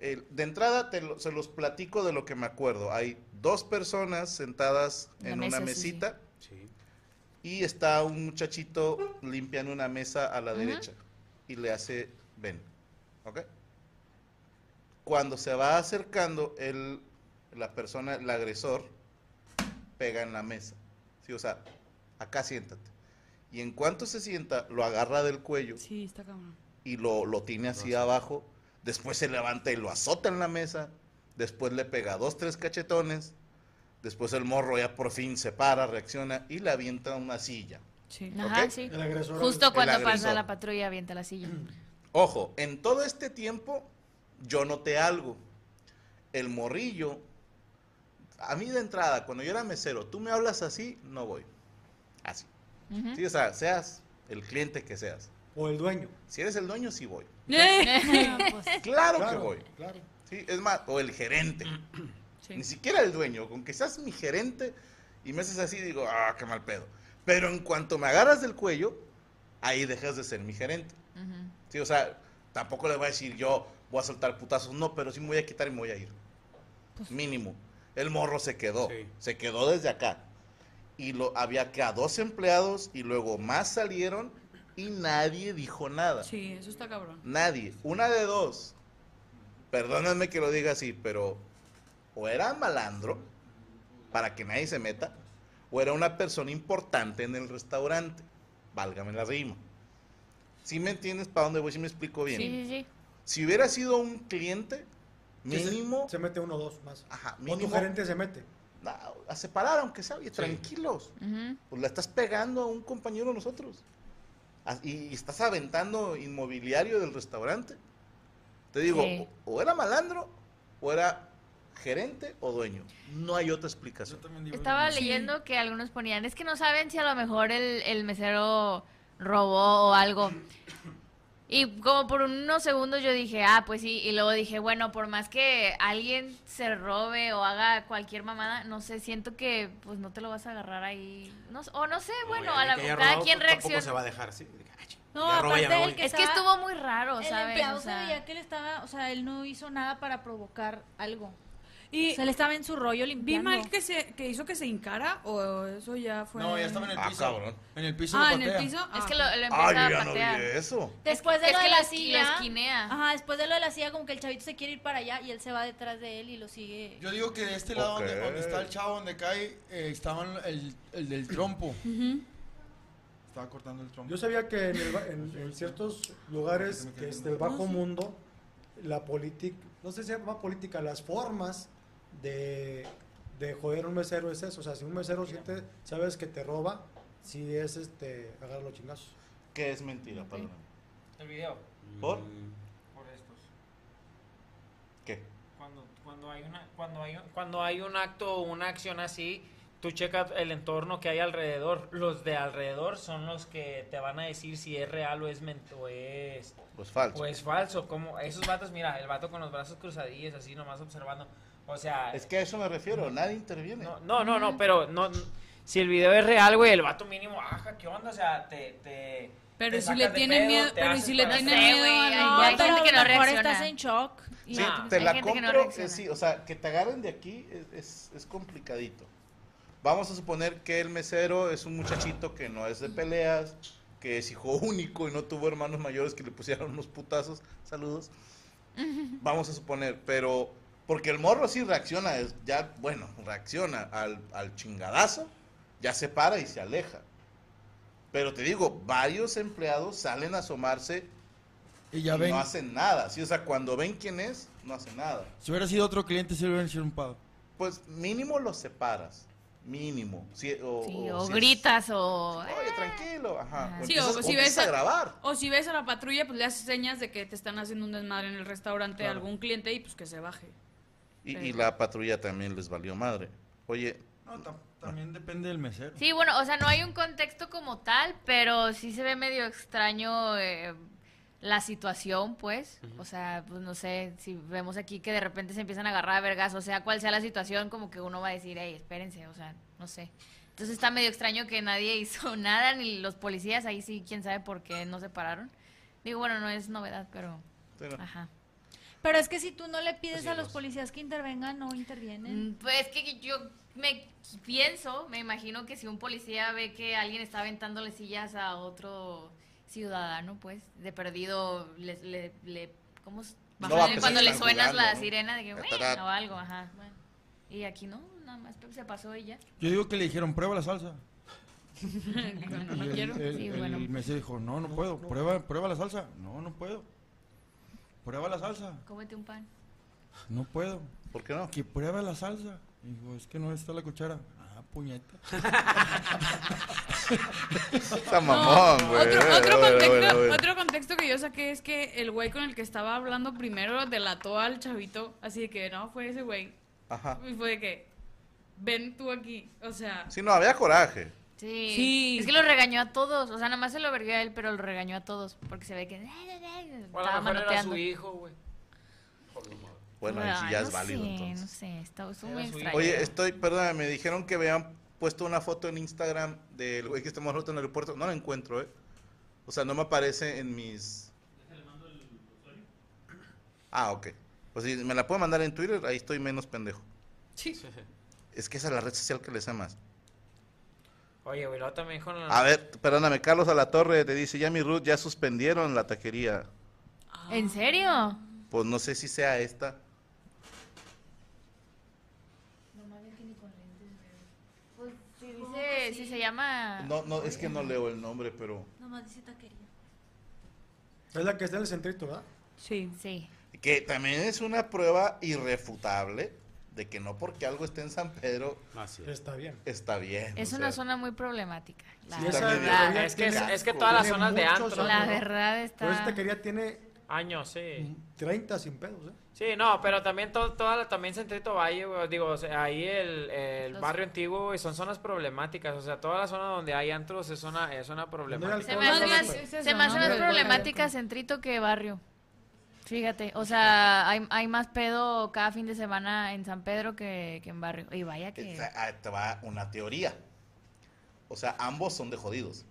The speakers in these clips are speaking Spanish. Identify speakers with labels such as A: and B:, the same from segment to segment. A: Eh, de entrada te lo- se los platico de lo que me acuerdo. Hay dos personas sentadas
B: Una
A: en
B: mesa,
A: una
B: sí,
A: mesita y está un muchachito limpiando una mesa a la derecha y le hace ven, ¿ok? Cuando se va acercando el, la persona, el agresor, pega en la mesa. Sí, o sea, acá siéntate. Y en cuanto se sienta, lo agarra del cuello
C: Sí, está cabrón.
A: y lo, lo tiene así abajo. Después se levanta y lo azota en la mesa. Después le pega dos, tres cachetones. Después el morro ya por fin se para, reacciona y le avienta una silla.
C: Sí.
D: Ajá,
A: ¿Ok?
D: sí.
E: El agresor.
D: Justo cuando pasa
A: agresor.
D: la patrulla, avienta la silla.
A: Ojo, en todo este tiempo yo noté algo. El morrillo, a mí de entrada, cuando yo era mesero, tú me hablas así, no voy. Así.
D: Ujú.
A: Sí, o sea, seas el cliente que seas.
E: O el dueño.
A: Si eres el dueño, sí voy.
C: Ah, pues,
A: Claro, que
E: Claro,
A: voy.
E: claro.
A: Sí, es más, o el gerente.
C: sí.
A: Ni siquiera el dueño, con que seas mi gerente y me haces así, digo, ah, qué mal pedo. Pero en cuanto me agarras del cuello, ahí dejas de ser mi gerente.
D: Ujú.
A: Sí, o sea, tampoco le voy a decir yo voy a soltar putazos, no, pero sí me voy a quitar y me voy a ir. Mínimo. El morro se quedó,
E: Sí.
A: se quedó desde acá. Y lo había que a dos empleados y luego más salieron y nadie dijo nada.
C: Sí, eso está cabrón.
A: Nadie. Una de dos. Perdónenme que lo diga así, pero o era malandro para que nadie se meta, o era una persona importante en el restaurante. Válgame la rima. Si me entiendes para dónde voy, si me explico bien.
D: Sí, sí, sí.
A: Si hubiera sido un cliente, mínimo,
E: Se, se mete uno o dos más.
F: Ah,
A: Ajá,
E: O tu
A: mínimo.
E: gerente se mete.
A: na- a separar, aunque sea, oye, tranquilos.
D: Ujú.
A: Pues la estás pegando a un compañero de nosotros. As- Y y estás aventando inmobiliario del restaurante. Te digo,
D: Sí.
A: o o era malandro, o era gerente o dueño. No hay otra explicación.
D: Estaba leyendo que algunos ponían, es que no saben si a lo mejor el, el mesero robó o algo. Y como por unos segundos yo dije, ah, pues sí. Y luego dije, bueno, por más que alguien se robe o haga cualquier mamada, no sé, siento que pues no te lo vas a agarrar ahí. No, sé- o no sé, bueno, a la
E: que haya
D: cada
E: robado,
D: quien
E: pues, tampoco
D: reacciona.
E: se va a dejar, sí. Ah, ching,
C: No,
E: ya robé, ya
C: aparte
E: me
C: el
E: voy.
C: que
D: Es que
C: estaba-
D: estuvo muy raro,
G: El
D: ¿sabes?
G: empleado
D: O sea,
G: se veía que él estaba, o sea, él no hizo nada para provocar algo.
C: Y
G: O sea, él estaba en su rollo
C: vi
G: limpiando.
C: mal que se que hizo que se hincara o eso ya fue.
E: No, ya estaba en el
A: Ah,
E: piso.
A: cabrón.
E: En el piso.
C: Ah,
E: lo
C: en el
E: patea.
C: piso.
D: Es
C: Ah.
D: que lo, lo
A: Ay,
D: empieza
A: yo
D: a
A: ya no
D: patear.
A: vi eso.
G: Después de
D: es
G: lo
D: que
G: de
D: lo
G: la
D: esqui-
G: silla. Ah,
D: lo esquinea.
G: Ajá, después de lo de la silla, como que el chavito se quiere ir para allá y él se va detrás de él y lo sigue.
E: Yo digo que de este lado donde,
A: Ok.
E: donde está el chavo, donde cae, eh, estaba el, el del trompo. Estaba cortando el trompo.
H: Yo sabía que en, el ba- en- en ciertos lugares que es del bajo mundo, la política, no sé si llama política, las formas de, de joder a un mesero es eso. O sea, si un mesero siente, sabes que te roba, si es este, agarrarlo chingazos.
A: Que es mentira, perdón.
F: El video,
A: ¿Por?
F: por estos.
A: ¿Qué?
F: Cuando, cuando, hay una, cuando, hay, cuando hay un acto o una acción así, tú checas el entorno que hay alrededor. Los de alrededor son los que te van a decir si es real o es, men- o es
A: Pues falso.
F: Pues falso, como esos vatos, mira, el vato con los brazos cruzadillos, así nomás observando. O sea,
A: Es que a eso me refiero, nadie interviene.
F: no, no, no, no, pero no, no, si el video es real, güey, el vato mínimo, ajá, ¿qué onda? O sea, te. te
C: Pero
F: te
C: ¿y si
F: sacas
C: le
F: de
C: tiene
F: pedo,
C: miedo-
F: te
C: pero ¿y
F: haces
C: si le
F: para-
C: tiene
D: sé,
C: miedo
D: güey,
C: al
D: hay-
C: vato?
D: hay
G: pero
D: gente que no
G: a lo mejor
D: reacciona.
G: estás en shock. y-
A: Sí,
F: No.
A: te
D: Hay
A: la
D: gente que no
A: compro,
D: reacciona.
A: eh, sí, o sea, que te agarren de aquí es, es- es complicadito. Vamos a suponer que el mesero es un muchachito que no es de peleas, que es hijo único y no tuvo hermanos mayores que le pusieran unos putazos, saludos. Vamos a suponer, pero porque el morro sí reacciona, es- ya, bueno, reacciona al, al chingadazo, ya se para y se aleja. Pero te digo, varios empleados salen a asomarse
E: Y ya
A: y
E: ven.
A: no hacen nada. Sí, o sea, cuando ven quién es, no hacen nada.
E: Si hubiera sido otro cliente, se lo hubieran chumpado.
A: Pues mínimo los separas. Mínimo. Si, o,
D: Sí, o
F: oh,
A: si es-
D: gritas o...
A: Oye, tranquilo. Ajá. O
C: Sí,
A: empiezas,
C: o
A: o
C: si
A: empiezas
C: ves
A: a
C: a-
A: grabar.
C: O si ves a la patrulla, pues le haces señas de que te están haciendo un desmadre en el restaurante a algún cliente y pues que se baje.
A: Y, y la patrulla también les valió madre. Oye,
E: No, tam- también depende del mesero.
D: Sí, bueno, o sea, no hay un contexto como tal, pero sí se ve medio extraño eh, la situación, pues. O sea, pues no sé, si vemos aquí que de repente se empiezan a agarrar a vergas, o sea, cual sea la situación, como que uno va a decir, hey, espérense, o sea, no sé. Entonces está medio extraño que nadie hizo nada, ni los policías, ahí sí, quién sabe por qué no se pararon. Digo, bueno, no es novedad, pero...
A: pero-
D: Ajá.
G: Pero es que si tú no le
F: Pues
G: pides
E: Así
G: a los
E: es.
G: policías que intervengan, no intervienen.
D: Mm, Pues es que yo me pienso, me imagino que si un policía ve que alguien está aventándole sillas a otro ciudadano, pues, de perdido, le, le, le- ¿cómo es?
A: No,
D: Bájale
A: a pesar
D: cuando
A: que
D: le
A: están
D: suenas
A: jugando,
D: la
A: ¿no?
D: sirena de que,
A: Ta,
D: "Güey",
A: ta, ta.
D: o algo, ajá. Y aquí no, nada más se pasó y ya.
E: Yo digo que le dijeron, prueba la salsa.
C: Bueno,
E: Y
C: no
E: el-
C: quiero.
E: El,
D: Sí,
E: el
D: bueno.
E: mesero dijo, no, no puedo. Prueba, prueba la salsa. No, no puedo. Prueba la salsa.
D: Cómete un pan.
E: No puedo.
A: ¿por qué no?
E: Que prueba la salsa. Dijo, es que no está la cuchara. Ah, puñeta.
A: Está
C: No,
A: mamón, güey.
C: otro,
A: A ver,
C: otro
A: a ver, a
C: contexto,
A: ver, a ver.
C: otro contexto que yo saqué es que el güey con el que estaba hablando primero delató al chavito, así de que no, fue ese güey.
A: Ajá.
C: Y fue de que, ven tú aquí, o sea...
A: Sí, no, había coraje.
D: Sí.
C: Sí.
D: Es que lo regañó a todos, o sea, nada más se lo vergué a él, pero lo regañó a todos, porque se ve que...
F: O a
D: Estaba
F: lo mejor era
D: manoteando.
F: su hijo, güey.
A: Bueno, ahí sí
D: Ay,
A: ya
D: no
A: es válido
D: sé,
A: entonces.
D: No sé, está, estuvo
F: Era
D: muy
F: su hijo.
D: extraño.
A: Oye, estoy, perdóname, me dijeron que habían puesto una foto en Instagram del güey que estamos roto en el aeropuerto. No la encuentro, ¿eh? O sea, no me aparece en mis. Ah, ok. Pues si me la puede mandar en Twitter, ahí estoy menos pendejo.
C: Sí.
A: Es que esa es la red social que les amas.
F: Oye, güey, luego también con la-
A: A ver, perdóname, Carlos Alatorre te dice, ya mi Ruth, ya suspendieron la taquería.
D: ¿En serio?
A: Pues no sé si sea esta.
D: Sí, dice, si se
F: Ah.
D: llama...
A: No, no, es que no leo el nombre, pero...
G: Nomás dice taquería.
H: Es la que está en el centrito, ¿verdad?
C: Sí.
D: Sí.
A: Que también es una prueba irrefutable de que no porque algo esté en San Pedro
E: Así
H: Está bien.
A: está bien.
D: Es
A: o
D: una
A: sea,
D: zona muy problemática. La,
H: Sí,
A: esa
D: verdad.
A: teoría
F: Ah, es, que, es,
H: tiene-
F: es que todas las
H: tiene
F: zonas de
H: muchos
F: antro.
H: años.
F: este
D: La verdad
H: Pero
D: está...
H: esta quería tiene
F: Años, sí.
H: 30 sin pedos, ¿eh?
F: Sí, no, pero también todo, toda la- también Centrito Valle, güey, digo, o sea, ahí el, el
D: Los-
F: barrio antiguo, güey, son zonas problemáticas, o sea, toda la zona donde hay antros es zona, es zona problemática.
D: Se me hace más, se me hace más problemática centrito que barrio. Fíjate, o sea, hay, hay más pedo cada fin de semana en San Pedro que, que en barrio. Y vaya que...
A: Esta- ah, te va una teoría. O sea, ambos son de jodidos.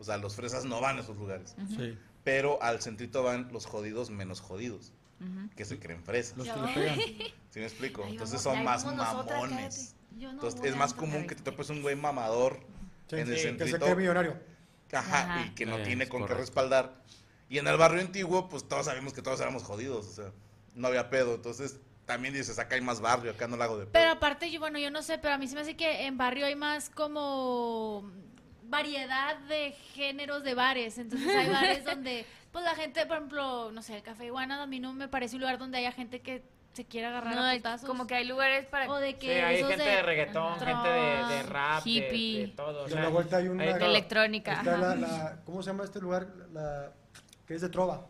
A: O sea, los fresas no van a esos lugares.
D: Ujú. Sí.
A: Pero al centrito van los jodidos menos jodidos,
D: Ujú.
A: que se creen fresas.
D: Los que le pegan.
A: ¿Sí me explico?
D: Ahí vamos-
A: Entonces son
D: ahí
A: más
D: vamos nosotras,
A: mamones.
D: cállate. Yo no
A: Entonces
D: voy
A: es
D: a
A: más
D: eso.
A: común que te topes un güey mamador
H: Sí,
A: en el
H: sí, que se
A: centrito.
H: cree millonario.
A: Ajá,
H: Ajá.
A: y que no
H: Eh,
A: tiene
H: es
A: con qué
H: correcto.
A: respaldar. Y en el barrio antiguo, pues todos sabemos que todos éramos jodidos, o sea, no había pedo. Entonces también dices, acá hay más barrio, acá no la hago de pedo.
G: Pero aparte, yo, bueno, yo no sé, pero a mí se me hace que en barrio hay más como variedad de géneros de bares. Entonces hay bares donde, pues la gente, por ejemplo, no sé, el Café Iguana a mí no me parece un lugar donde haya gente que se quiera agarrar
D: No,
G: a
D: hay-
G: putazos.
D: como que hay lugares para...
G: O de
F: Sí,
G: que
F: hay
G: esos
F: gente de, reggaetón, gente de, de
G: Ajá.
F: rap, de-
D: Hippie.
F: de, todo. o
H: De
F: sea,
H: la vuelta hay una.
F: hay todo.
H: Está la, la- ¿Cómo se llama este lugar? La, que es de Trova.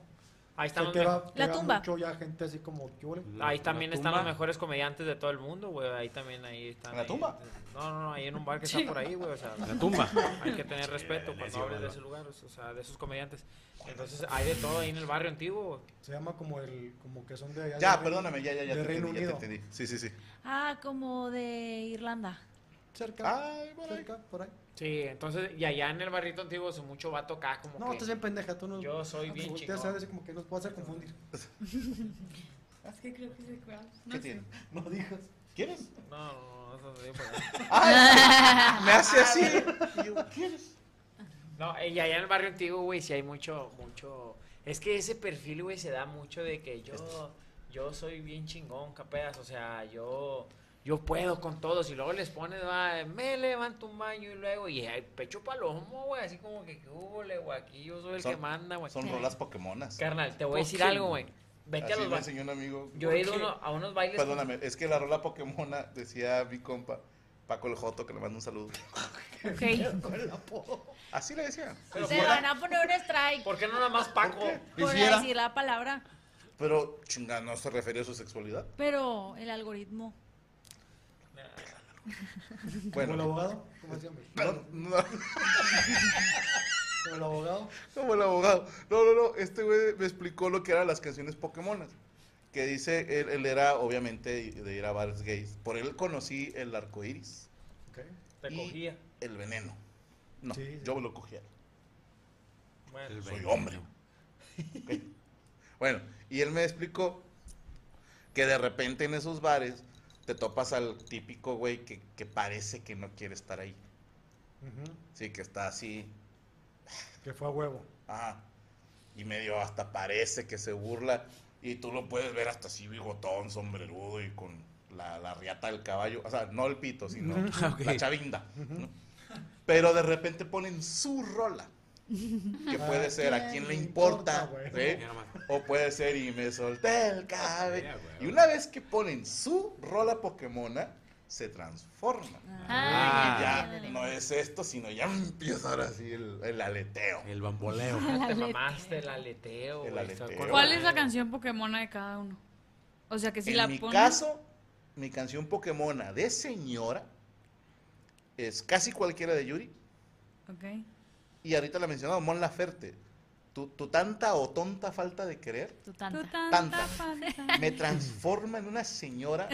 F: Ahí están
H: Que-
F: los me-
H: que va- que
F: La
H: va
F: tumba.
H: mucho ya gente así como. ¿qué huele?
F: Ahí también
H: La
F: están
H: tumba.
F: los mejores comediantes de todo el mundo, güey. Ahí también, ahí están.
A: ¿La
F: ahí.
A: tumba?
F: No, no, no, ahí en un bar que está
A: Sí.
F: por ahí, güey. O sea,
I: ¿La tumba?
F: Hay que tener
I: Sí,
F: respeto
I: la
F: cuando
I: necio,
F: hables de
I: bárbaro.
F: esos lugares, o sea, de esos comediantes. Entonces, hay de todo ahí en el barrio antiguo, güey.
H: Se llama como el. Como que son de allá.
A: Ya,
H: de-
A: perdóname, ya, ya, ya.
H: De
A: te
H: Reino
A: entendí, ya te
H: Unido.
A: entendí. Sí, sí, sí.
G: Ah, como de Irlanda.
H: Cerca. cerca, por ahí.
F: Sí, entonces, y allá en el barrito antiguo, es mucho vato acá, como
H: No,
F: que.
H: estás bien pendeja, tú no.
F: Yo soy
H: no te
F: bien
H: volteas
F: chingón.
H: a ver, así como que nos puedes hacer confundir.
C: Es que creo que se acuerdan.
A: ¿Qué tiene? No digas. ¿Quieres?
F: No, no, no, no,
A: Ah, me hace así.
F: ¿quieres? No, eh, y allá en el barrio antiguo, güey, sí hay mucho, mucho. Es que ese perfil, güey, se da mucho de que yo, yo soy bien chingón, capeas, o sea, yo, yo puedo con todos. Y luego les pones, va, me levanto un baño y luego, y hay pecho palomo, güey, así como que, ¿qué hubo, le, güey? Aquí yo soy el
A: Son-
F: que manda, güey.
A: Son rolas pokemonas.
F: Carnal, te voy a decir algo, güey. Vete
A: Así
F: a los
A: me
F: ba-
A: enseñó un amigo.
F: Yo he ido
A: Porque-
F: uno- a unos bailes.
A: Perdóname, es que la rola pokemona decía mi compa, Paco el Joto, que le mando un saludo. Así le decían.
G: Te van a poner un strike.
F: ¿Por qué no nada más Paco?
G: Por
A: Quisiera.
G: decir la palabra.
A: Pero, chinga, no se refería a su sexualidad.
G: Pero el algoritmo.
A: Bueno.
H: Como el abogado, como siempre.
A: No, no.
H: Como el abogado.
A: Como el abogado. No, no, no. Este güey me explicó lo que eran las canciones Pokémonas. Que dice, él, él era obviamente de ir a bares gays. Por él conocí el arco iris.
F: Te
A: Y
F: cogía.
A: El veneno. No, yo lo cogía.
F: Bueno,
A: Soy hombre. Ok. Bueno, y él me explicó que de repente en esos bares te topas al típico güey que, que parece que no quiere estar ahí.
H: Ujú.
A: Sí, que está así,
H: Que fue a huevo.
A: Ajá. Y medio hasta parece que se burla. Y tú lo puedes ver hasta así, bigotón, sombrerudo y con la, la riata del caballo. O sea, no el pito, sino
I: Ujú.
A: la
I: Ok.
A: chavinda. ¿no? Pero de repente ponen su rola. Que puede ser a Ah, quién le importa,
I: güey? Ah,
A: ¿sí? O puede ser y me solté el cabello. Y una vez que ponen su rola Pokémona, se transforma.
I: Ah,
A: Y
I: ya,
A: ya no es esto, sino ya empieza ahora sí el, el aleteo.
I: El bamboleo.
F: Te mamaste el aleteo,
A: El
F: güey.
A: aleteo.
F: ¿Se acuerdan?
C: ¿Cuál es la canción Pokémon de cada uno? O sea, que si
A: en
C: la
A: mi
C: ponen-
A: caso, mi canción Pokémona de señora es casi cualquiera de Yuri.
C: Ok.
A: Y ahorita la mencionaba Mon Laferte. Tu, tu tanta o tonta falta de querer
D: Tu tanta.
A: Tanta. me transforma en una señora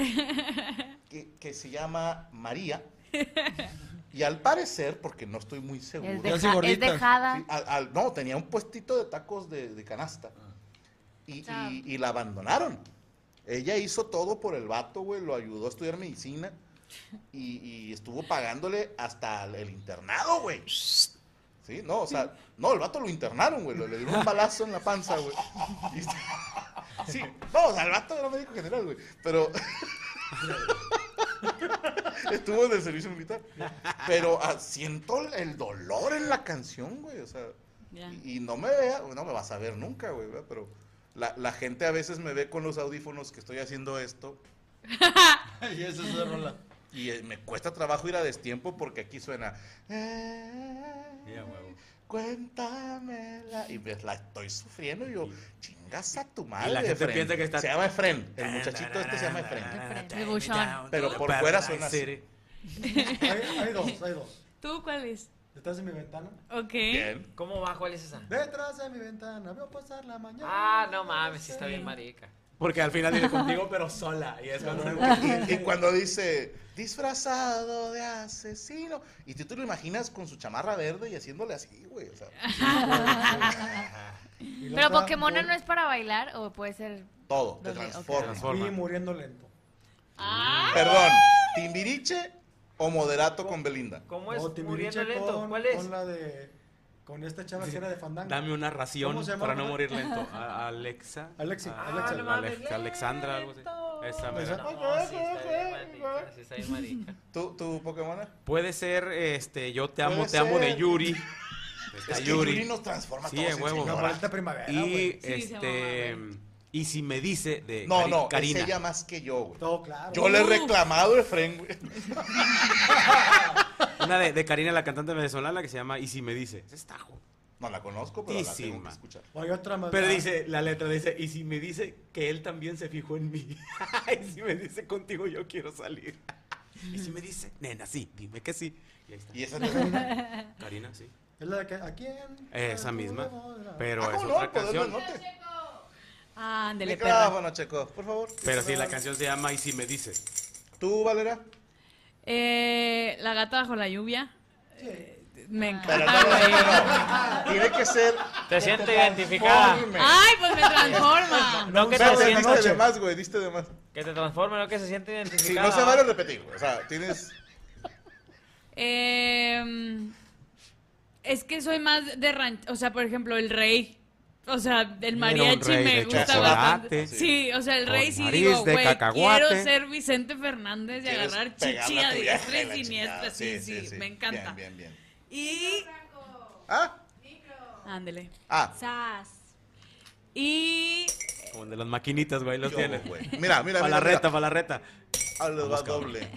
A: que, que se llama María. Y al parecer, porque no estoy muy seguro.
D: deja- Ya se gorditas. es dejada.
A: Sí, al- al- no, tenía un puestito de tacos de, de canasta. Y,
D: Chao.
A: y- y la abandonaron. Ella hizo todo por el vato, güey. Lo ayudó a estudiar medicina. Y, y estuvo pagándole hasta el, el internado, güey. Sí, no, o sea, no, el vato lo internaron, güey. Le le dieron un balazo en la panza, güey. Y está- Sí, no, o sea, el vato era médico general, güey. Pero. Estuvo en el servicio militar. Pero ah, siento el- el dolor en la canción, güey. O sea,
C: Ya.
A: y, y no me vea, no me vas a ver nunca, güey, ¿verdad? Pero la, la gente a veces me ve con los audífonos que estoy haciendo esto. y eso es rola. Y eh, me cuesta trabajo ir a destiempo porque aquí suena. Cuéntamela. Y me la estoy sufriendo. Y yo, chingas a tu madre.
I: Y la gente
A: Efren".
I: piensa que está- Ah,
A: Se llama Efren. El muchachito este se llama Efren. Pero por fuera suena así.
H: Hay, hay dos, hay dos.
C: ¿Tú cuál es?
H: Detrás de mi ventana.
C: Ok.
A: Bien.
F: ¿Cómo va? ¿Cuál es esa?
H: Detrás de mi ventana, veo pasar la mañana.
F: Ah, no mames, sí está bien marica.
I: Porque al final viene contigo, pero sola. Y es cuando
A: Y, y cuando dice, disfrazado de asesino. Y tú te lo imaginas con su chamarra verde y haciéndole así, güey. O sea,
H: Y la
D: Pero
H: otra,
D: Pokémon
H: voy-
D: no es para bailar o puede ser.
A: todo, te
D: Ok, ok.
A: transforma.
H: Y muriendo lento.
A: Perdón, Timbiriche o Moderato con Belinda.
F: ¿Cómo es?
H: No, Timbiriche
F: Muriendo lento.
H: con-
F: ¿Cuál es?
H: Con la de. Con esta chava que era de Fandango.
I: Dame una ración
H: ¿Cómo se llama?
I: para no morir lento. A- Alexa.
H: Alexi,
I: Ah,
H: Alexa.
I: no
F: no mames,
I: Alexa, Alexandra, algo así. Esa mera.
H: Esa.
F: No, sí está bien marica, sí está bien marica.
A: ¿Tú, tu Pokémon?
I: Puede ser, este, yo te amo,
A: Puede
I: te amo de
A: ser.
I: Yuri. Está
A: Es que Yuri. nos transforma
I: Sí,
A: todos
I: de
A: en
I: huevo.
H: La
A: señora.
H: maldita primavera.
I: Y
H: güey.
C: Sí, se
I: este. Y si me dice de
A: No,
I: Cari-
A: no, es
I: Karina.
A: ella más que yo, güey.
H: Todo claro.
A: Yo le he reclamado a Efren, güey.
I: Una de, de Karina, la cantante venezolana, que se llama Y si me dice. Esa Está, jo-
A: No la conozco, pero la tengo
I: Tísima.
A: que escuchar.
H: Hay otra más.
I: Pero dice, la letra dice, y si me dice que él también se fijó en mí, y si me dice contigo yo quiero salir, y si me dice, nena, sí, dime que sí. Y ahí está.
A: Y esa no es
I: Karina, sí.
H: Es la de que. ¿A quién?
I: Esa misma.
H: Pero.
I: Pero
A: Ah,
I: es
A: ¿cómo no?
I: otra
A: Poder del
I: canción.
A: Norte.
C: Ah,
J: Ándele, perra.
A: Micrófono, Checo, por favor.
I: Pero sí, la canción se llama Y si me dice.
A: ¿Tú, Valera?
C: Eh, la gata bajo la lluvia. Eh, me
A: Pero
C: encanta,
A: no,
C: güey.
A: no, no. Tiene que ser...
F: Te sientes identificada.
A: transforme.
C: Ay, pues me transforma.
F: No, que te
A: Pero
H: Verde,
F: sientas-
A: diste
H: noche.
A: de más, güey, diste de más.
F: Que te transforme, no que se siente
A: Si
F: identificada.
A: no se vale repetir, güey. O sea, tienes...
C: Em, es que soy más de ranch, o sea, por ejemplo, el rey. O sea, el
I: un
C: mariachi
I: rey de
C: me gusta
I: chocolate.
C: bastante. Sí, o sea, el
I: Con
C: rey sí
I: nariz
C: digo,
I: de
C: güey,
I: cacahuate.
C: quiero ser Vicente Fernández y
A: quieres
C: agarrar
A: pegarla
C: chichi a
A: tu vieja
C: diestra
A: la
C: y siniestra.
A: chingada.
C: Sí sí, me encanta.
A: Bien, bien, bien.
C: Y
A: Ah,
C: ándele.
A: ah.
G: Sas.
C: Y
I: Como el de las maquinitas, güey, los
A: yo,
I: tienes.
A: güey. Mira, mira,
I: Para
A: mira,
I: la
A: mira.
I: reta, para la reta.
A: Ah, les va
I: Vamos, cabrón.
A: doble.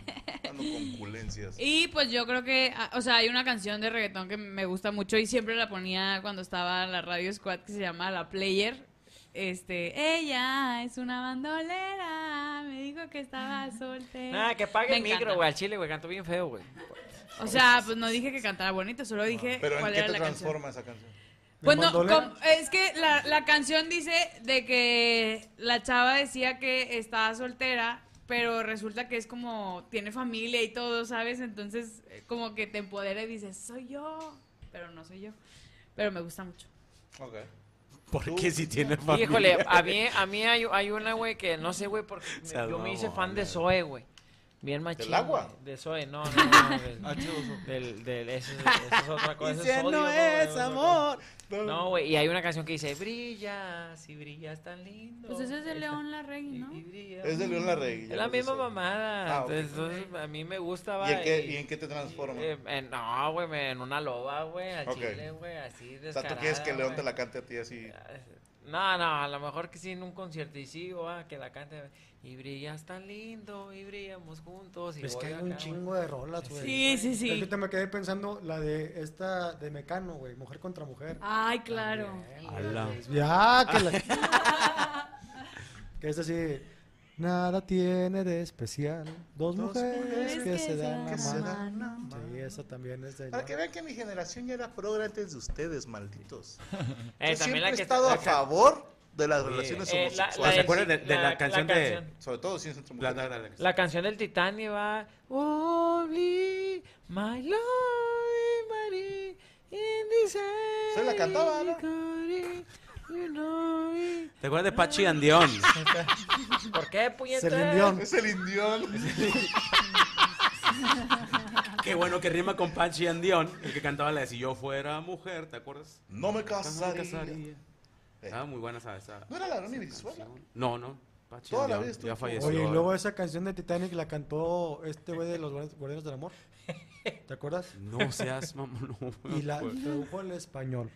A: Ando con culencias.
C: Y pues yo creo que, ah, o sea, hay una canción de reggaetón que me gusta mucho y siempre la ponía cuando estaba en la radio squad que se llama La Player. Este, ella es una bandolera, me dijo que estaba soltera.
F: Nada, que pague el
C: Me encanta.
F: micro, güey, al chile, güey, canto bien feo, güey.
C: O sea, pues no dije que cantara bonito, solo dije
A: Pero ¿en
C: cuál
A: qué
C: era
A: te
C: la canción.
A: transforma esa canción?
C: Pues no,
H: bandolera?
C: com- es que la, la canción dice de que la chava decía que estaba soltera, pero resulta que es como tiene familia y todo, ¿sabes? Entonces, eh, como que te empodera y dices, soy yo, pero no soy yo. Pero me gusta mucho.
A: Ok.
I: Porque si tiene familia.
F: Híjole, a mí, a mí hay, hay una, güey, que no sé, güey, porque me-
I: Seas
F: yo me hice
I: mamón,
F: fan de Zoe, güey. Bien machín.
A: ¿Del agua?
F: güey, De Zoe, no, no, no. del-
E: Ah,
F: del, del, eso, es- eso es otra cosa. eso es odio, no es amor. No, güey, y hay una canción que dice, brillas y brillas tan lindo.
C: Pues ese es de
F: Ahí está.
C: León Larregui,
F: Y-
C: ¿no?
F: y brillas.
A: Es de León Larregui. ya
F: Es la
A: lo que
F: misma
A: sé.
F: mamada.
A: Ah, ok.
F: Entonces, a mí me gustaba.
A: ¿Y en qué, y en qué te transforma?
F: eh, no, güey, me- en una loba, güey, al
A: Ok.
F: chile, güey, así
A: o
F: descarada.
A: sea, tú quieres que León te
F: güey.
A: la cante a ti así.
F: No, no, a lo mejor que sí en un concierto y sí, o ah, que la cante. Y brillas tan lindo, y brillamos juntos. Y
I: Pues
H: Es que
F: voy
H: hay
F: acá,
H: un
F: güey.
H: chingo de rolas, güey.
C: Sí, sí,
H: Es que
C: sí.
H: te me quedé pensando la de esta de Mecano, güey, mujer contra mujer.
F: Ah,
C: Ay, claro.
I: Ala.
H: Ya, que la... que es así. Nada tiene de especial. Dos, mujeres, que, se
F: Ah,
H: dan la
A: que se
H: mano.
A: dan la mano.
H: Sí, esa también es de.
A: Para que vean que mi generación ya era progre antes de ustedes, malditos.
F: Eh,
A: Yo siempre he
F: que-
A: estado a
F: la que-
A: favor de las relaciones
F: eh, la- la
A: homosexuales.
I: ¿Se acuerdan de- de la canción de-
A: Sobre todo si es entre
I: La,
A: mujeres.
I: la- la-
F: La canción del Titanic va. Only my love, Mary, in this
A: Se la cantaba, ¿no?
F: area, you know it.
I: ¿Te acuerdas de Pachi Andión?
F: ¿Por qué, puñetas?
H: Celine Dion.
A: Es el indión.
I: Qué bueno que rima con Pachi Andión, el que cantaba la de Si yo fuera mujer, ¿te acuerdas?
A: No me
I: Estaba
A: casaría. Eh.
I: muy buena esa. esa-
A: ¿No era la Ronnie Brizuela?
I: No, no. Pachi,
A: Toda la
I: ya-
A: vida estuvo
I: ya falleció.
H: Oye, y luego esa canción de Titanic la cantó este güey de los Guardi- Guardianes del Amor. ¿Te acuerdas?
I: No seas mamón. no, pues.
H: Y la
I: güey.
H: tradujo al español.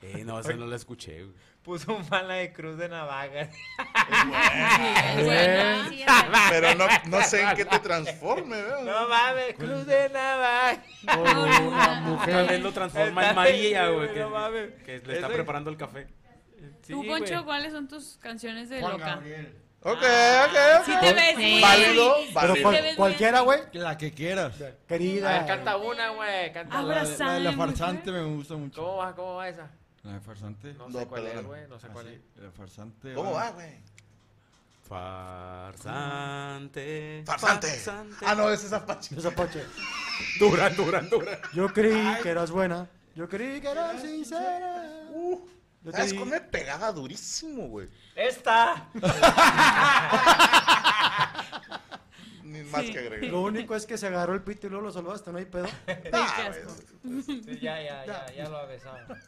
I: Eh, no, esa no la escuché, güey.
F: Puso un mala de cruz de navagas.
C: Ah,
A: Bueno,
G: Sí,
F: Ah,
A: Pero no, no sé en qué te transforme, ¿verdad?
F: No mames, cruz de navagas.
H: O una
I: Tal
H: mujer.
I: vez lo transforma
F: Está
I: en María, güey.
F: bien,
I: Que,
F: no mames.
I: que le está
F: Eso-
I: preparando el café.
F: Sí,
C: Tú,
F: güey.
C: Poncho, ¿cuáles son tus canciones de
E: Juan
C: loca?
E: Gabriel.
A: Ok,
F: Ah.
A: ok, ok.
C: Sí te ves muy-
A: Válido,
H: Pero
A: válido.
H: cual-
C: te ves bien.
H: cualquiera, güey.
E: La que quieras.
F: A ver, canta
H: Querida.
F: una, güey. Canta una.
E: La, de- la de
C: Abrazame,
E: la farsante me gusta mucho.
F: ¿Cómo va? ¿Cómo va esa?
E: La de farsante.
F: No,
A: No,
F: sé cuál
A: perdón.
F: es, güey. No sé cuál es.
E: Así, la farsante.
A: ¿Cómo va,
E: va?
A: güey?
I: Farsante.
A: Farsante. Ah, no, ese es Apache.
H: Esa Pache.
I: Dura, dura, dura.
H: Yo creí que eras buena. Yo creí que eras sincera. Yo te
A: ¿Sabes
H: di-
A: cómo me pegaba durísimo, güey?
F: ¡Esta!
A: Ni más que agregar.
H: Lo único es que se agarró el pito y luego lo saludaste, no hay pedo.
A: Ah,
C: qué asco.
A: güey.
F: Sí, ya, ya, ya, ya lo ha besado. Ya,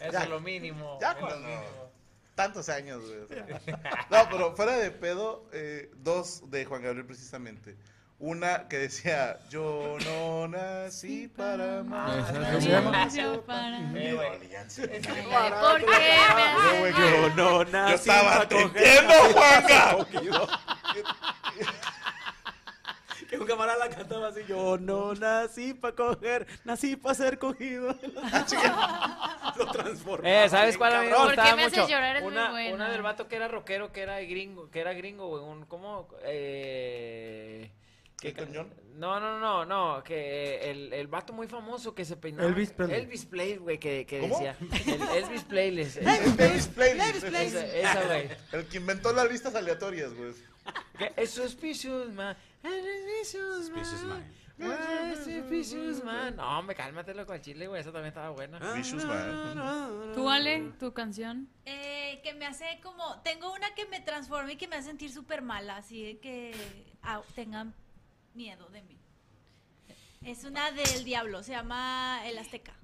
F: Eso
A: Ya.
F: es lo mínimo.
A: Ya
F: es lo
A: cuando-
F: mínimo.
A: Tantos años, güey. o sea. No, pero fuera de pedo, eh, dos de Juan Gabriel precisamente. Una que decía, yo no nací para amar.
E: Esa
H: es
A: Yo
H: la buena.
A: nací
C: Yo para-
F: Eh, güey.
D: ¿Por qué?
A: Yo, güey, que-
I: Yo no nací
A: Yo estaba
I: pa' coger.
A: atendiendo, Juanga.
I: Que un camarada la cantaba así, yo no nací para coger, nací para ser cogido. Lo transformó.
F: Eh, ¿sabes cuál a mí me
D: cabrón.
F: gustaba
D: ¿Por qué me haces
F: mucho?
D: llorar? Es muy
F: una,
D: buena.
F: una del vato que era rockero, que era gringo, que era gringo, güey, un cómo eh que-
A: ¿Elton John?
F: No, no, no, no, que el, el vato muy famoso que se peinaba.
H: Elvis Presley.
F: Elvis Presley, güey, que, que
A: ¿Cómo?
F: decía. El, Elvis Presley. ese-
A: El Davis Playlist.
F: Esa, esa, güey.
A: El que inventó las listas aleatorias, güey.
F: Que Es suspicious man. Es suspicious man.
I: Suspicious man.
F: Why is suspicious man. No, hombre, cálmate loco al chile, güey. Esa también estaba buena.
A: Vicious
G: Ah.
A: Man.
C: ¿Tú, Ale, tu canción?
G: Eh, que me hace como. Tengo una que me transforma y que me hace sentir súper mala, así de que ah, tengan miedo de mí. Es una del diablo, se llama El Azteca.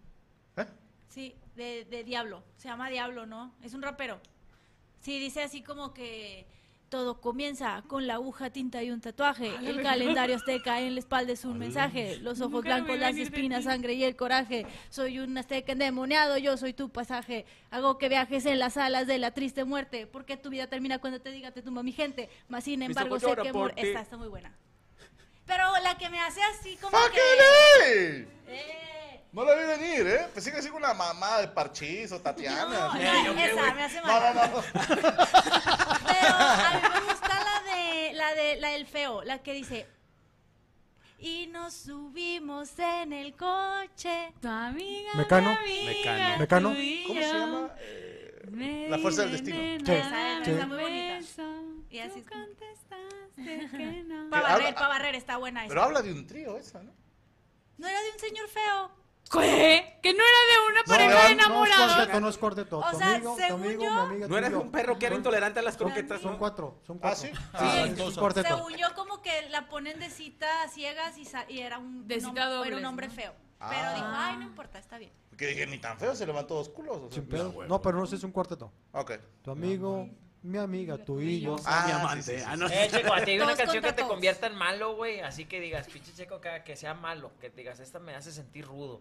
A: ¿Eh?
G: Sí, de, de Diablo. Se llama Diablo, ¿no? Es un rapero. Sí, dice así como que todo comienza con la aguja, tinta y un tatuaje. El calendario azteca en la espalda es un mensaje. Los ojos
C: Nunca lo vi
G: blancos, las
C: venir de
G: espinas,
C: ti.
G: sangre y el coraje. Soy un azteca endemoniado, yo soy tu pasaje. Hago que viajes en las alas de la triste muerte. Porque tu vida termina cuando te diga te tumba mi gente. Mas sin
I: Mis
G: embargo,
I: ojos
G: sé
I: lloran
G: que
I: por
G: mor-
I: ti.
G: Esta está muy buena. Pero la que me hace así como que...
A: ¡Fucking A!
G: Eh,
A: No la vi venir, ¿eh? Pensé que así con una mamá de Parchís o Tatiana.
G: no,
A: así.
C: Eh,
G: esa me hace
A: No,
G: mal.
A: no, no.
G: Pero a mí me gusta la de la de la del feo, la que dice y nos subimos en el coche.
C: Tu amiga.
H: Mecano.
C: mi amiga,
I: Mecano.
C: tú
H: Mecano.
C: y
A: ¿Cómo se
C: yo.
A: llama? Eh,
C: Me
A: La fuerza del destino.
C: envenenaba
H: Sí.
G: Ah, Esa es-
H: Sí.
G: está muy bonita.
C: beso,
G: Y así
C: tú
G: es como-
C: contestaste que no.
G: Pa'
A: habla-
G: barrer, pa' barrer, está buena
A: Pero
G: esa.
A: habla de un trío esa, ¿no?
G: No era de un señor feo.
C: ¿Qué? Que no era de una pareja de enamorados.
H: Conozco de todo.
G: O
H: Tu
G: sea,
H: amigo, tu
G: según
H: amigo,
G: yo-
H: mi amiga.
I: No eres
H: tuyo.
I: un perro que era
H: Son-
I: intolerante a las
H: son-
I: croquetas.
H: Son
I: ¿no?
H: cuatro, son cuatro.
A: ¿sí?
E: Ah,
H: es un
E: entonces-
H: cuarteto.
G: Según yo como que la ponen de cita a ciegas y, sa- y era un
C: De
G: un
C: cita
G: hom- era
C: dobles,
G: un hombre
C: ¿no?
G: feo.
A: Ah.
G: Pero dijo, "Ay, no importa, está bien."
A: Que dije, ni tan feo, se levantó dos culos. O sea,
H: Sin pedo.
A: no,
H: No, pero no sé, es un cuarteto.
A: Ok.
H: Tu amigo, mi amiga, tu y yo.
I: Ah, mi
A: Ah,
I: amante.
A: sí, sí, sí.
I: Ah, no.
F: Eh, Checo, a ti hay una
G: Todos
F: canción
G: contra
F: que te
G: todos.
F: convierta en malo, güey. Así que digas, pinche Checo, que, que sea malo. Que digas, esta me hace sentir rudo.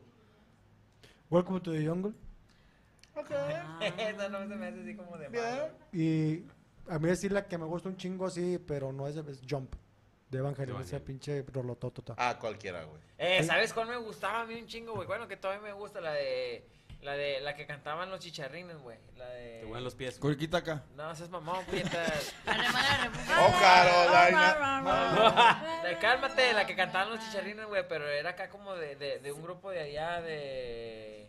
H: Welcome to the jungle.
A: Ok.
C: Ah.
F: Esa no se me hace así como de
G: Ah,
F: malo.
A: Bien.
H: Y a mí decir la que me gusta un chingo así, pero no es, es Jump. De Evangelio,
I: Evangelion.
H: ese pinche rolototota.
A: Ah, cualquiera, güey.
F: Eh, ¿sabes cuál me gustaba a mí un chingo, güey? Bueno, que todavía me gusta la de... La de... La que cantaban los chicharrines, güey. La
I: Te huelen
F: de...
I: los pies.
E: Corquita acá.
F: No, seas mamón, puñetas.
D: La hermana de la República.
G: ah,
A: Oh, Carolina.
F: No, Ah, cálmate, la que cantaban los chicharrines, güey, pero era acá como de, de, de un grupo de allá de...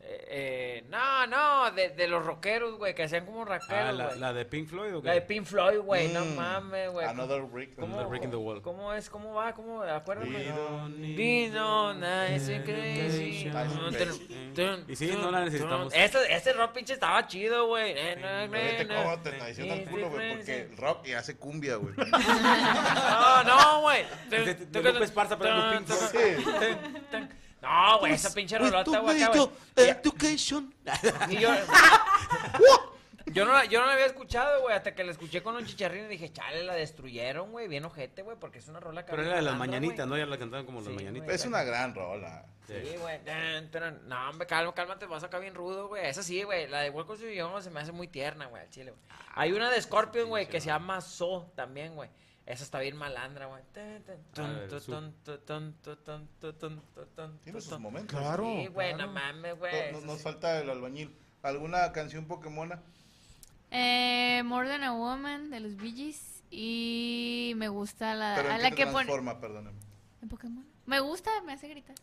F: eh, eh, no, no, de, de los rockeros, güey, que hacían como
I: Ah,
F: rockeros,
I: la,
F: güey.
I: la de Pink Floyd o qué?
F: La de Pink Floyd, güey, no
A: Mm.
F: mames,
G: ah.
F: güey.
A: Another Brick.
F: ¿Cómo,
I: Another Brick in the Wall.
F: ¿Cómo es? ¿Cómo va? ¿Cómo? Acuérdame.
A: We don't
F: Be no nice and crazy.
A: Nice and
I: crazy. Y sí, no la necesitamos.
F: Ese, ese rock pinche estaba chido, güey. Eh, no, no,
A: Fíjate
F: no.
A: cómo te traiciona el culo, güey, porque el rock y hace cumbia, güey.
F: eh, No, no, güey.
I: Es de- de Lupe Esparza, pero
F: Tan,
I: Lupín.
F: tan,
A: Sí.
F: tan, tan. No, güey, esa pinche rolota, güey. acá, güey.
I: Education.
F: Y yo, Yo no, la, yo no la había escuchado, güey, hasta que la escuché con un chicharrín y dije, chale, la destruyeron, güey, bien ojete, güey, porque es una rola que...
I: Pero
F: habla
I: era de las
F: malandra,
I: mañanitas,
F: güey.
I: ¿no? Ya la cantaban como las
F: Sí,
I: mañanitas.
F: güey. Es una
A: gran rola.
F: Sí, güey. tan, taran. No, hombre, calma, cálmate, vas acá bien rudo, güey. Esa sí, güey. La de Hueco y Idioma se me hace muy tierna, güey, al chile, güey. Hay una de Scorpion, güey, que se llama So también, güey. Esa está bien malandra, güey. Tan, tan,
I: A
F: tun,
I: ver,
F: tu,
I: Su.
F: tun, tu, tun, tu, tun, tu, tun, tu, tun,
A: Tiene
F: tu,
A: sus
F: tun.
A: momentos.
H: Claro,
F: Sí, güey,
A: claro. Oh.
F: no mames, güey.
A: No- no- nos falta el albañil. ¿Alguna canción Pokémona?
D: Eh, More Than a Woman de los Bee Gees. Y me gusta la,
A: Pero
D: Ah, a
A: en
D: la
A: qué te
D: que pone.
A: transforma, perdóname.
D: ¿En Pokémon? Me gusta, me hace gritar.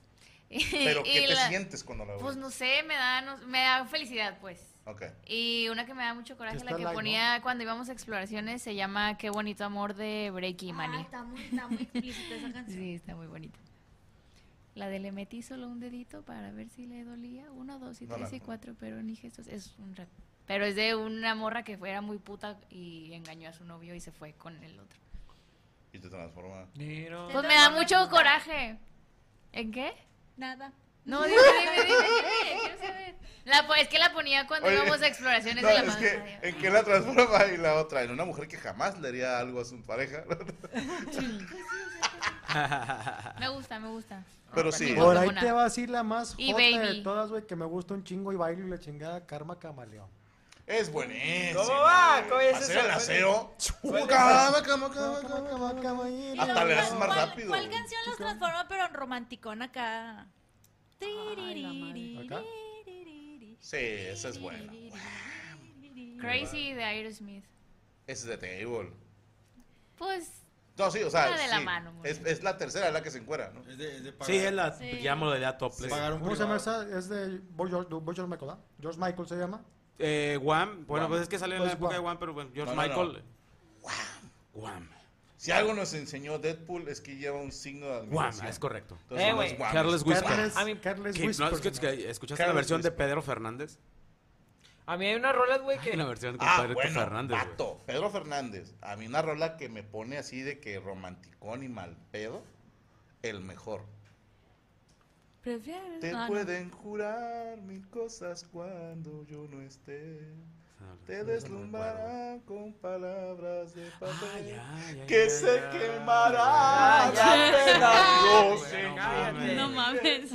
D: Y-
A: Pero ¿qué
D: y
A: te
D: la-
A: sientes cuando la ves?
D: Pues no sé, me da, no- me da felicidad, pues.
A: Ok.
D: Y una que me da mucho coraje,
H: Que
D: la
H: está
D: que
H: light, ¿no?
D: ponía cuando íbamos a exploraciones, se llama Qué bonito amor de Breaky
G: Ah,
D: Manny.
G: está muy, está muy explícita esa canción.
D: Sí, está muy bonita. La de le metí solo un dedito para ver si le dolía. Uno, dos y
A: No la
D: tres y
A: conozco.
D: cuatro, pero ni gestos. Es un rap. Pero es de una morra que fue- era muy puta y engañó a su novio y se fue con el otro.
A: Y te transforma.
F: Miro.
D: Pues me da
G: Entonces,
D: mucho coraje. ¿En qué?
G: Nada.
D: No, dime, dime, dime, dime, quiero saber. La, po- es que la ponía cuando
A: Oye,
D: íbamos a exploraciones
A: No,
D: de la
A: es
D: madre.
A: que, ¿en qué la transforma? Y la otra, en una mujer que jamás le haría algo a su pareja.
F: Ah,
D: Me gusta, me gusta.
A: Pero sí,
H: Por ahí
D: Pokémona.
H: te va a decir la más
D: Y
H: jota de
D: Baby.
H: todas, güey, que me gusta un chingo y bailo y la chingada Karma Camaleón.
A: es buenísimo.
F: ¿Cómo va? ¿Cómo es
A: Hacer
F: eso?
A: el aseo.
F: Fue-
A: Cama, cama, cama,
H: Karma,
A: cama.
H: Karma, Karma,
G: Y
A: Hasta
G: los-
A: le haces más
G: ¿cuál-
A: rápido,
G: ¿Cuál
A: güey.
G: canción los transforma pero en romanticón acá? Tiririri,
H: ¿Acá?
G: tiririri.
A: Sí, esa es buena.
D: Crazy de Aerosmith.
A: Ese es de Table.
D: Pues
A: No, sí, o sea,
D: Va de la
A: sí.
D: mano, muy
A: es,
D: bien.
A: es la tercera la que se encuera, ¿no?
E: Es de, es de pagar.
I: Sí, es la
G: Sí.
I: ya modalidad topless.
E: Pagar un
H: ¿Cómo se llama
E: privado.
H: esa? Es de Boy George, de Boy George Michael, ¿ah? George Michael se llama.
I: Eh, Guam, bueno,
A: Guam.
I: pues es que salió en la
H: Pues
I: época de
H: Guam.
I: Guam, pero bueno, George
A: No, no, no.
I: Michael. Guam.
A: Si algo nos enseñó Deadpool es que lleva un signo de
I: Guam,
A: admiración.
I: es correcto.
A: Entonces,
F: Eh,
A: no es
F: güey.
A: guam,
I: Carlos
A: es-
I: Whisper.
H: Carles,
F: A mí-
H: Carles
I: Que- no, es que-
H: Whisper.
I: es que- ¿Escuchaste la
A: Carlos
I: versión de
A: Whisper.
I: Pedro Fernández?
F: A mí hay unas rolas, güey,
I: Hay
F: que...
I: una versión con
A: Ah,
I: Pedro
A: bueno,
I: Fernández. güey.
A: vato, Pedro Fernández. A mí una rola que me pone así de que romanticón y mal pedo, el mejor.
C: Prefiero.
A: Te
C: Ah, no.
A: pueden jurar mil cosas cuando yo no esté. Te deslumbrarán con palabras de
I: Ah,
A: papel.
I: ya, ya,
A: Que
I: ya,
A: se
I: ya.
A: quemará
F: ya.
A: la
F: Bueno,
A: pegajose.
C: No mames.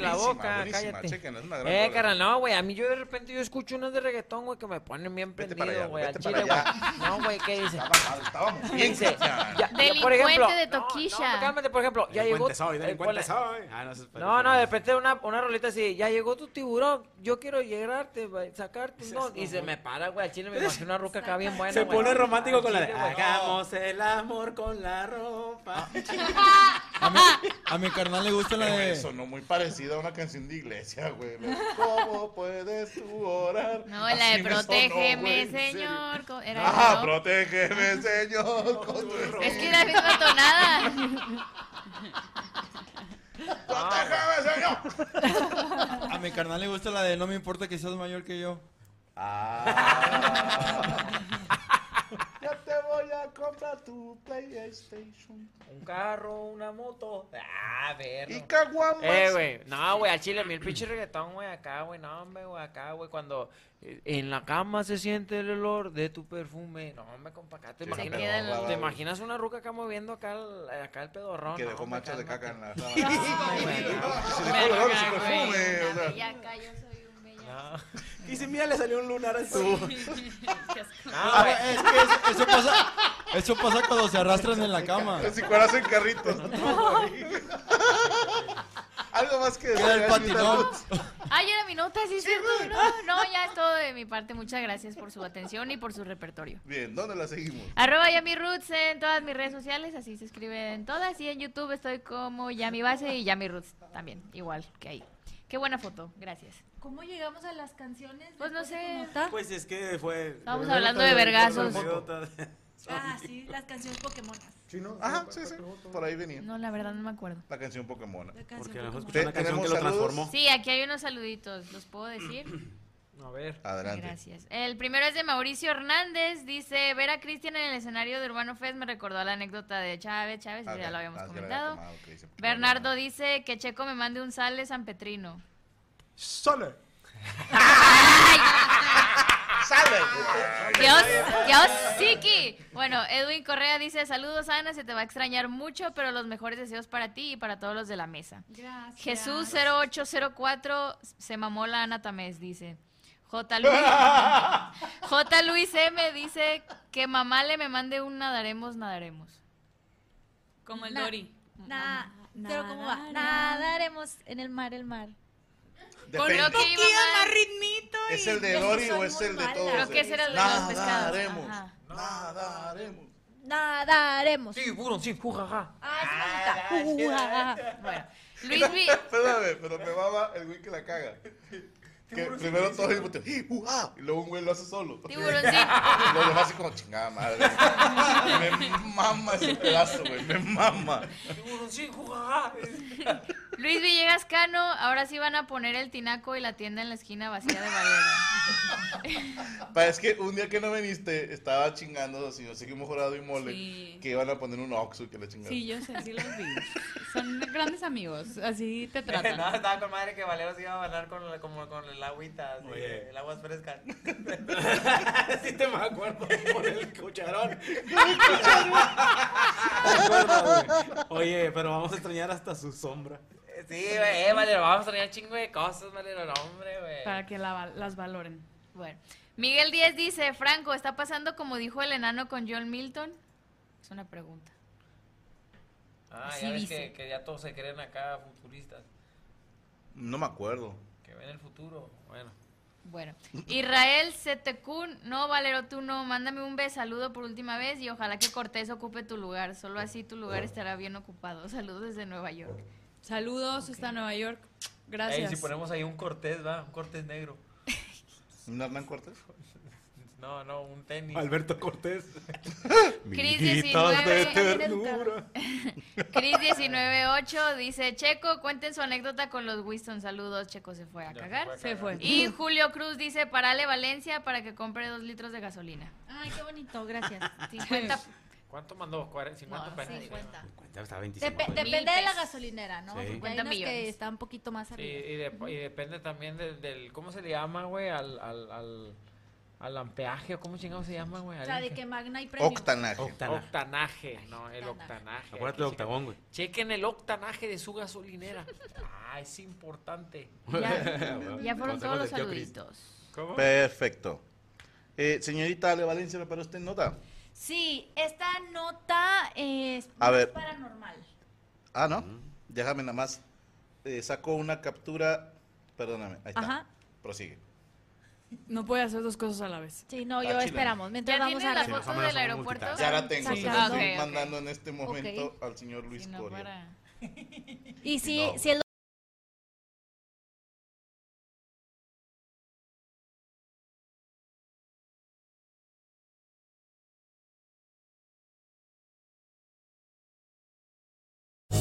F: la
A: buenísima,
F: boca,
A: buenísima,
F: cállate.
A: chéquenla, es una gran
F: Eh,
A: rola.
F: carnal, no, güey, a mí yo de repente yo escucho unas de reggaetón, güey, que me ponen bien
A: Vete para
F: prendido,
A: allá,
F: güey, al
A: vete
F: chile,
A: para
F: güey. No, güey, ¿qué dice?
A: Estaba- Estábamos bien,
F: Dice,
A: Cristian.
F: ya- ya, por
D: Delincuente
F: ejemplo,
D: de
F: no, no,
D: Toquilla.
F: cálmate, por ejemplo, ya llegó...
I: Delincuente soy,
F: eh,
I: delincuente
F: ponle-
I: soy. Ah, no, eso es Pedro
F: No, no, de
I: Fernández.
F: repente una, una rolita así, ya llegó tu tiburón, yo quiero llegarte, güey, sacarte, no, y se me para, güey, al chile me imagino una ruca acá bien buena,
I: Se
F: güey.
I: pone romántico con la
F: Al
I: de
F: chile, güey. Ah,
I: Hagamos el amor con la ropa.
E: A mi, a mi carnal le gusta la
A: Pero
E: de.
A: me sonó muy parecida a una canción de iglesia, güey. Lo- ¿Cómo puedes tú orar?
D: No, la de
A: Así me sonó, güey,
D: Protégeme,
A: en serio.
D: señor. co- Era
A: Ah,
D: eso, ¿no?
A: protégeme, señor. Con tu
D: Es que era la misma tonada.
A: Protégeme, señor.
E: A mi carnal le gusta la de no me importa que seas mayor que yo.
A: Ya te voy a comprar tu PlayStation.
F: Un carro, una moto, ah, ver.
A: Y
F: no.
A: caguamas.
F: Eh, güey, no, güey, al chile, a mí el pinche reggaetón, güey, acá, güey, no, hombre, güey, acá, güey, cuando eh, en la cama se siente el olor de tu perfume, no, hombre, compa, acá te
A: Sí,
F: imaginas,
D: queda el
F: te
A: olor.
F: imaginas una ruca acá moviendo acá el, acá el pedorrón,
A: que
F: no,
A: dejó
F: hombre,
A: manchas de
F: cálmate.
A: caca en la sábana.
F: Sí, güey, no.
A: Se dejó el olor de su perfume. o
D: Una
A: sea.
D: bellaca, yo soy un bellaco.
F: No,
I: Y si mira, le salió un lunar en su.
F: no,
E: Ah,
F: güey.
E: es que eso, eso pasa. Eso pasa cuando se arrastran en la cama.
A: Es si cuelas en carritos. Algo más que
E: Queda el
A: decir,
E: patinón.
D: Ay, era mi nota, sí, es cierto. No, no, ya es todo de mi parte. Muchas gracias por su atención y por su repertorio.
A: Bien, ¿dónde la seguimos?
D: Arroba Yami Roots en todas mis redes sociales, así se escriben todas. Y en YouTube estoy como Yami Base y Yami Roots también, igual que ahí. Qué buena foto, gracias.
G: ¿Cómo llegamos a las canciones?
D: Pues no
G: después de
D: sé.
G: tu nota?
I: Pues es que fue.
D: Estábamos hablando de vergazos.
G: Ah, sí, las canciones Pokémonas.
H: Chino.
A: Ajá, sí, sí. Por ahí venía.
D: No, la verdad no me acuerdo.
A: La canción Pokémon.
G: La
I: Porque
G: canción
I: a lo mejor
G: Pokémon.
I: escuchó una canción que lo
A: ¿Tenemos saludos?
I: transformó.
D: Sí, aquí hay unos saluditos, ¿los puedo decir?
F: A ver.
A: Adelante.
D: Gracias. El primero es de Mauricio Hernández. Dice, ver a Cristian en el escenario de Urbano Fest me recordó la anécdota de Chávez. Chávez,
A: Ah,
D: eso ya
A: ok.
D: lo habíamos
A: Ah, es que la había
D: comentado.
A: tomado, ok, dice, porque
D: Bernardo
A: no,
D: dice que Checo me mande un sal de San Petrino.
H: Sole.
A: ¡Sale!
D: Dios, Dios, Siki. Bueno, Edwin Correa dice, saludos Ana, se te va a extrañar mucho, pero los mejores deseos para ti y para todos los de la mesa.
G: Gracias.
D: Jesús 0804 se mamó la Ana Tamés, dice. J. Luis, J. Luis M dice que mamá le me mande un nadaremos, nadaremos.
C: Como el
G: Na-
C: Dori.
G: Nah, pero ¿cómo va?
D: Nadará.
G: Nadaremos en el mar, el mar.
A: Depende.
D: Creo que iba mal.
C: ritmito
A: ¿Es el de
G: Yo sí
A: Dory
G: soy
A: o es
G: muy
A: el de
G: mala.
A: todos?
D: Creo que ese era el de los pescados.
A: Nadaremos.
D: Ajá.
A: Nadaremos.
G: Nadaremos.
F: Sí, burón, sí, jujaja.
G: Ah, sí me gusta. Ujaja.
D: Bueno, Luis Vi-
A: Espérame, pero me mama el güey que la caga. Que
I: Tiburón
A: primero
I: sin
A: todos
I: juicio.
A: discuten, "Ih, ujá", y luego un güey lo hace solo.
D: Tiburón, sí.
A: Y Los demás así como chingada madre. Me mama ese pedazo, güey. Me mama.
F: Tiburón, sí, jujaja.
D: Luis Villegas Cano, ahora sí van a poner el tinaco y la tienda en la esquina vacía de Valera.
A: Pa, es que un día que no viniste, estaba chingando así, así que mejorado y mole.
C: Sí.
A: Que iban a poner un oxo y que la chingada.
C: Sí, yo sé, sí los vi. Son grandes amigos, así te
F: No,
C: tratan.
F: estaba con madre que Valero se iba a bailar con, la- como con el agüita, así,
I: Oye.
F: el agua fresca.
I: Sí te me acuerdo por el cucharón. Oye, pero vamos a extrañar hasta su sombra.
F: Sí, güey, eh, Valero, vamos a traer chingo de cosas, Valero, no, hombre, güey.
C: Para que la- las valoren.
D: Bueno, Miguel Díez dice, Franco, este-". ¿está pasando como dijo el enano con John Milton? Es una pregunta.
F: Ah,
D: Así
F: ya ves
D: dice.
F: que, que ya todos se creen acá futuristas,
A: No me acuerdo.
F: que ven el futuro. Bueno,
D: Bueno, Israel Setecún, no, Valero, tú no, mándame un beso, saludo por última vez y ojalá que Cortés ocupe tu lugar, solo así tu lugar estará bien ocupado. Saludos desde Nueva York.
C: Saludos hasta Nueva York.
F: ahí
C: Gracias.
F: si ponemos ahí un cortés, va, un cortés negro.
A: ¿Un Hernán Cortés?
F: No, no, un tenis.
I: Alberto Cortés.
D: Cris
I: Miguitas
D: 19.
I: de ternura.
D: Cris198 dice, Checo, cuenten su anécdota con los Winston, saludos, Checo se fue a
F: Ya
D: cagar.
C: Se fue.
D: Y Julio Cruz dice, parale Valencia para que compre dos litros de gasolina.
G: Ay, qué bonito, gracias.
D: 50
F: ¿Cuánto mandó? ¿Cuaren- ¿50
D: No,
F: pesos?
G: 50.
I: Cuenta, está
G: Depe-
I: 25.
G: depende de la
D: pesos.
G: gasolinera, ¿no?
I: Sí.
G: Porque hay
D: 50
G: unas
D: millones.
G: que está un poquito más
F: Sí,
G: arriba.
F: y, dep- y depende también del, del- ¿Cómo se le llama, güey? Al, al, al, al ampeaje, o ¿cómo chingado se llama, güey?
G: O sea,
F: Alguien
G: de que Magna y premio.
A: Octanaje.
I: Octanaje.
F: Octanaje, no, el
G: Octanaje.
F: octanaje.
I: Acuérdate del octagón, güey.
F: Chequen el octanaje de su gasolinera. Ah, es importante.
D: Ya, ya fueron
I: Consejos
D: todos los
I: del tío Cris.
D: saluditos.
F: ¿Cómo?
A: Perfecto. Eh, señorita Ale Valencia, ¿me paró usted nota?
G: Sí, esta nota es
A: A
G: más
A: ver.
G: paranormal.
A: Ah, ¿no? Déjame nada más. Eh, saco una captura. Perdóname, ahí está.
G: Ajá.
A: Prosigue.
C: No puede hacer dos cosas a la vez.
G: Sí, no,
A: Ah,
G: yo
A: chile.
G: esperamos. Mientras
D: ¿Ya
G: vamos
D: tienes
G: a
D: la
I: Sí,
G: la-
I: más o
D: foto
I: menos
D: del
I: somos
D: aeropuerto?
I: multitask.
A: Ya la tengo,
G: Sí.
A: se la
G: Ah,
A: estoy
D: ok, ok.
A: mandando en este momento
G: Ok.
A: al señor Luis
D: Si no,
A: Coria.
D: para-
G: Y si,
I: No.
G: si el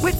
K: With